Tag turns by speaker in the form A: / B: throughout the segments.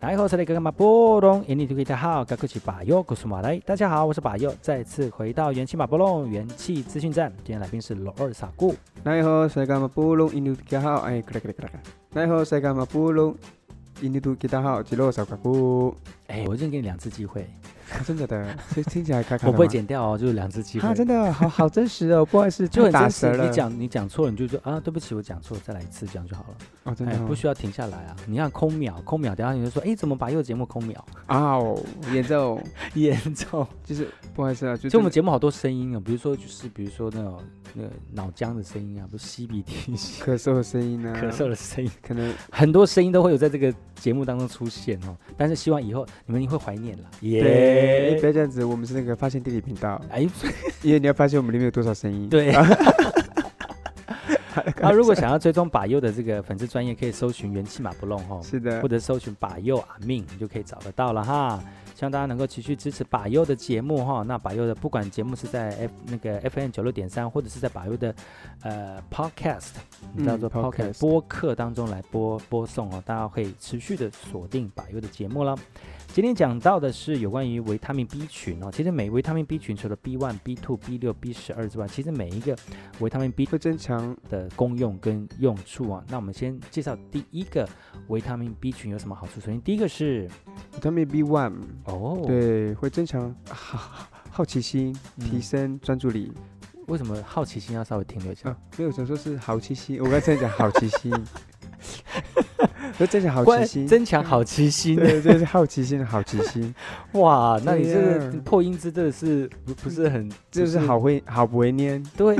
A: 来，后是那个干嘛？波隆，印尼土大家好，我是巴佑，古苏马来。大家好，我是巴佑，再次回到元气马波隆元气资讯站。今天来宾是罗二傻顾。
B: 奈何塞伽马布隆印度吉好哎，克拉克拉克拉。奈何塞伽马布隆印度吉他好吉罗小卡布。
A: 哎，我已经给你两次机会，啊
B: 真的 的，所以听起来卡卡。
A: 我不会。剪掉哦，就是两次机
B: 啊，
A: 会。
B: 真的好好真实哦，不好意思，
A: 就很
B: 打
A: 真
B: 舌
A: 实，
B: 了。
A: 你讲你讲错了，你就说啊，对不起，我讲错，再来一次，这样就好了。
B: 哦，真
A: 哎
B: 的，哦
A: 不需要停下来啊！你看空秒，空秒，等下你就说，哎，怎么把右节目空秒？
B: 啊哦，演奏
A: 严重。
B: 就是不好意思啊，就
A: 就我们
B: 真的
A: 节目好多声音啊，比如说就是比如说那种那个脑浆的声音啊，不是吸鼻 涕、吸
B: 咳嗽的声音呢，
A: 咳嗽的声音，
B: 啊可能
A: 很多声音都会有在这个节目当中出现哦。但是希望以后你们一定会怀念啦。
B: 对，不
A: 耶！
B: 要这样子，我们是那个发现地理频道，
A: 哎，
B: 因为你要发现我们里面有多少声音。
A: 对。啊，如果想要追踪把佑的这个粉丝专业，可以搜寻元气马不弄哦。
B: 是的
A: 或，者搜寻把佑阿命，你就可以找得到了哈。希望大家能够持续支持把佑的节目哈。那把佑的不管节目是在 F 那个 FM 九六点三，或者是在把佑的呃 Podcast，你叫做
B: 嗯
A: Podcast、
B: ，podcast
A: 播客当中来播播送哦，大家可以持续的锁定把佑的节目了。今天讲到的是有关于维他命 B 群哦，其实每维他命 B 群除了 B one、B two、B 六、B 十二之外，其实每一个维他命 B
B: 会增强
A: 的功用跟用处啊。那我们先介绍第一个维他命 B 群有什么好处。首先，第一个是
B: 他们 B one，
A: 哦，，
B: 对，会增强 好好奇心，
A: 嗯
B: 提升专注力。
A: 为什么好奇心要稍微停留一下？
B: 啊，没有想说是好奇心，我刚才在讲好 奇心，我在讲好
A: 关
B: 奇心，
A: 增强好奇心，
B: 对，这是好奇心的好奇 心，
A: 哇！那你这
B: 对
A: 个
B: 呀
A: 破音字真的是不不是很，
B: 这就是好会好不会念，
A: 对，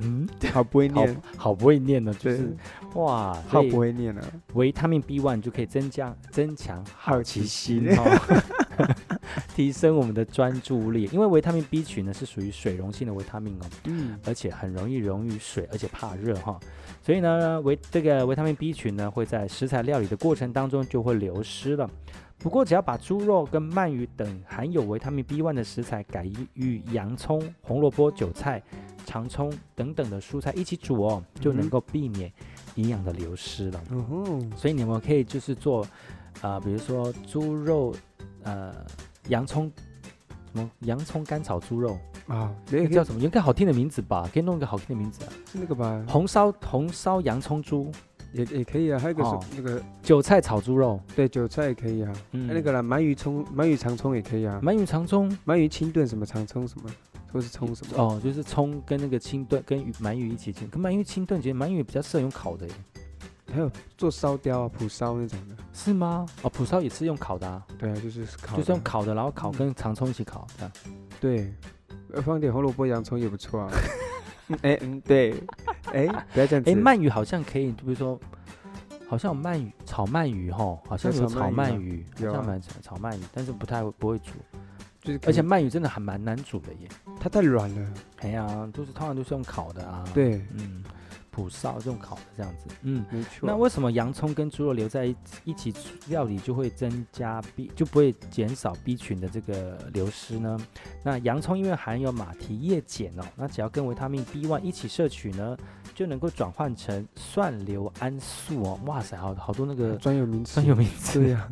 A: 嗯，
B: 好不会
A: 好
B: 念，
A: 好不会念呢，哦就
B: 对
A: 是，哇，
B: 好
A: 所以
B: 不会念啊，
A: 维他命 B one 就可以增加增强
B: 好
A: 奇心哦， 提升我们的专注力，因为维他命 B 群呢是属于水溶性的维他命哦，
B: 嗯，
A: 而且很容易溶于水，而且怕热哈。所以呢，维这个维他命 B 群呢，会在食材料理的过程当中就会流失了。不过，只要把猪肉跟鳗鱼等含有维他命 B1 的食材改于洋葱、红萝卜、韭菜、长葱等等的蔬菜一起煮哦，就
B: 嗯
A: 能
B: 哼
A: 够避免营养的流失了。
B: 哦吼，
A: 所以你们可以就是做，啊，比如说猪肉，呃，洋葱，什么洋葱干炒猪肉，
B: 啊，那
A: 那叫
B: 个
A: 什么？有一个好听的名字吧，可以弄一个好听的名字啊。
B: 是那个吧，
A: 红烧红烧洋葱猪，
B: 也也可以啊，还有一个
A: 哦
B: 是那个
A: 韭菜炒猪肉，
B: 对韭菜也可以啊，
A: 嗯
B: 那个啦，鳗鱼葱、鳗鱼长葱也可以啊，
A: 鳗鱼长葱，
B: 鳗鱼清炖什么长葱什么，或是葱什么，
A: 哦，就是葱跟那个清炖跟鱼鳗鱼一起清，跟鳗鱼清炖，其实鳗鱼比较适合用烤的耶，
B: 还有做烧雕啊、蒲烧那种的，
A: 是吗？哦，蒲烧也是用烤的、啊，
B: 对啊，就是烤的，
A: 就是用烤的，然后烤
B: 嗯
A: 跟长葱一起烤，这样
B: 对，呃放点红萝卜、洋葱也不错 啊。嗯哎、嗯，对，哎、不要这样子。
A: 哎，鳗鱼好像可以，就比如说，好像有鳗鱼炒鳗鱼吼，好像
B: 有
A: 有
B: 炒
A: 炒
B: 鳗鱼
A: 鳗
B: 吗
A: 鱼，
B: 有
A: 好像
B: 啊
A: 蛮炒炒鳗鱼，但是不太会不会煮，
B: 就是可以，
A: 而且鳗鱼真的还蛮难煮的耶。
B: 它太软了。
A: 哎呀，都是通常都是用烤的啊。。
B: 对，
A: 嗯，蒲烧这种烤的这样子，嗯。
B: 没错。
A: 那为什么洋葱跟猪肉留在一一起料理就会增加 B 就不会减少 B 群的这个流失呢？那洋葱因为含有马蹄叶碱哦，那只要跟维他命 B one 一起摄取呢，就能够转换成蒜硫胺素哦。哇塞，好好多那个
B: 嗯专有名词。
A: 呃专有名词
B: 对呀、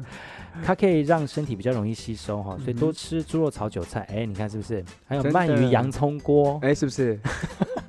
A: 它可以让身体比较容易吸收哈、所以多
B: 嗯哼
A: 吃猪肉炒韭菜，哎，你看是不是？还有
B: 真的
A: 鳗鱼洋葱锅，
B: 哎、是不是？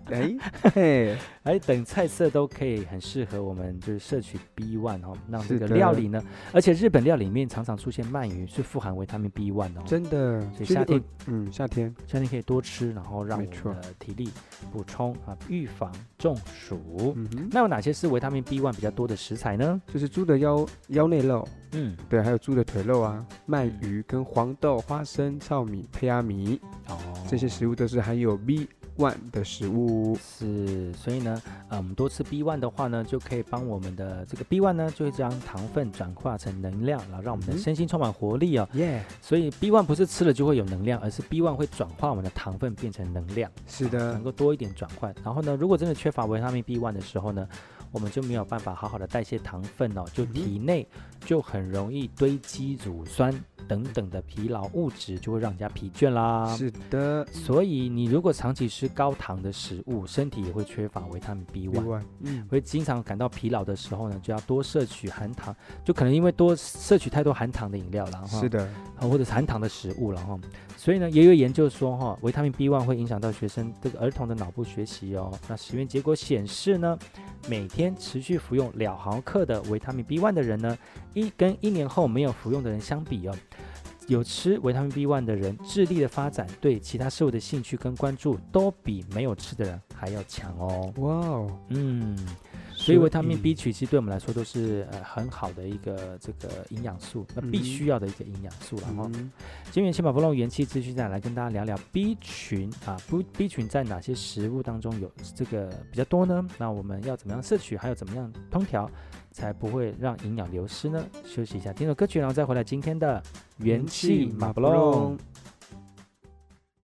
B: 哎、嘿，
A: 哎，等菜色都可以很适合我们，就是摄取 B one 哦，让这
B: 是
A: 个
B: 的
A: 料理呢，而且日本料理里面常常出现鳗鱼，是富含维他命 B one 哦，
B: 真的。
A: 所以
B: 就是
A: 夏天
B: 我，嗯，夏天
A: 相信可以多吃，然后让我
B: 没错
A: 们的体力补充啊，预防中暑。
B: 嗯哼，
A: 那有哪些是维他命 B one 比较多的食材呢？
B: 就是猪的腰腰内肉，
A: 嗯，
B: 对，还有猪的腿肉啊，鳗鱼跟黄豆、花生、糙米、胚芽米
A: 哦，
B: 这些食物都是含有 B one 的食物。
A: 是，所以呢，呃，我们多吃 B one 的话呢，就可以帮我们的这个 B one 呢，就会将糖分转化成能量，然后让我们的
B: 嗯哼
A: 身心充满活力哦。
B: 耶、
A: 所以 B one 不是吃了就会有能量，而是 B one 会转化我们的糖分变成能量，
B: 是的
A: 能，够多一点转换。然后呢，如果真的
B: 嗯
A: 缺乏维他命 B one 的时候呢，我们就没有办法好好的代谢糖分哦，就体内就很容易堆积乳酸等等的疲劳物质，就会让人家疲倦啦。
B: 是的
A: 所以你如果长期吃高糖的食物，身体也会缺乏维他命 B 1
B: ，B1，嗯，
A: 会经常感到疲劳的时候呢，就要多摄取含糖，就可能因为多摄取太多含糖的饮料了哈，
B: 是的，
A: 啊或者是含糖的食物了哈。所以呢，也有研究说哈，维他命 B1 会影响到学生这个儿童的脑部学习哦。那实验结果显示呢，每天持续服用两毫克的维他命 B1 的人呢，一跟一年后没有服用的人相比哦。有吃维他命 B1 的人，智力的发展、对其他事物的兴趣跟关注，都比没有吃的人还要强哦。
B: 哇哦，
A: 嗯，所以维他命
B: 以
A: B 取其实对我们来说都是呃很好的一个这个营养素，那必须要的一个营养素然后，
B: 嗯
A: 今天先把不弄元气资讯站来跟大家聊聊 B 群啊，B B 群在哪些食物当中有这个比较多呢？那我们要怎么样摄取，还有怎么样烹调，才不会让营养流失呢？休息一下，听首歌曲，然后再回来今天的元气马不
B: 龙
A: 隆。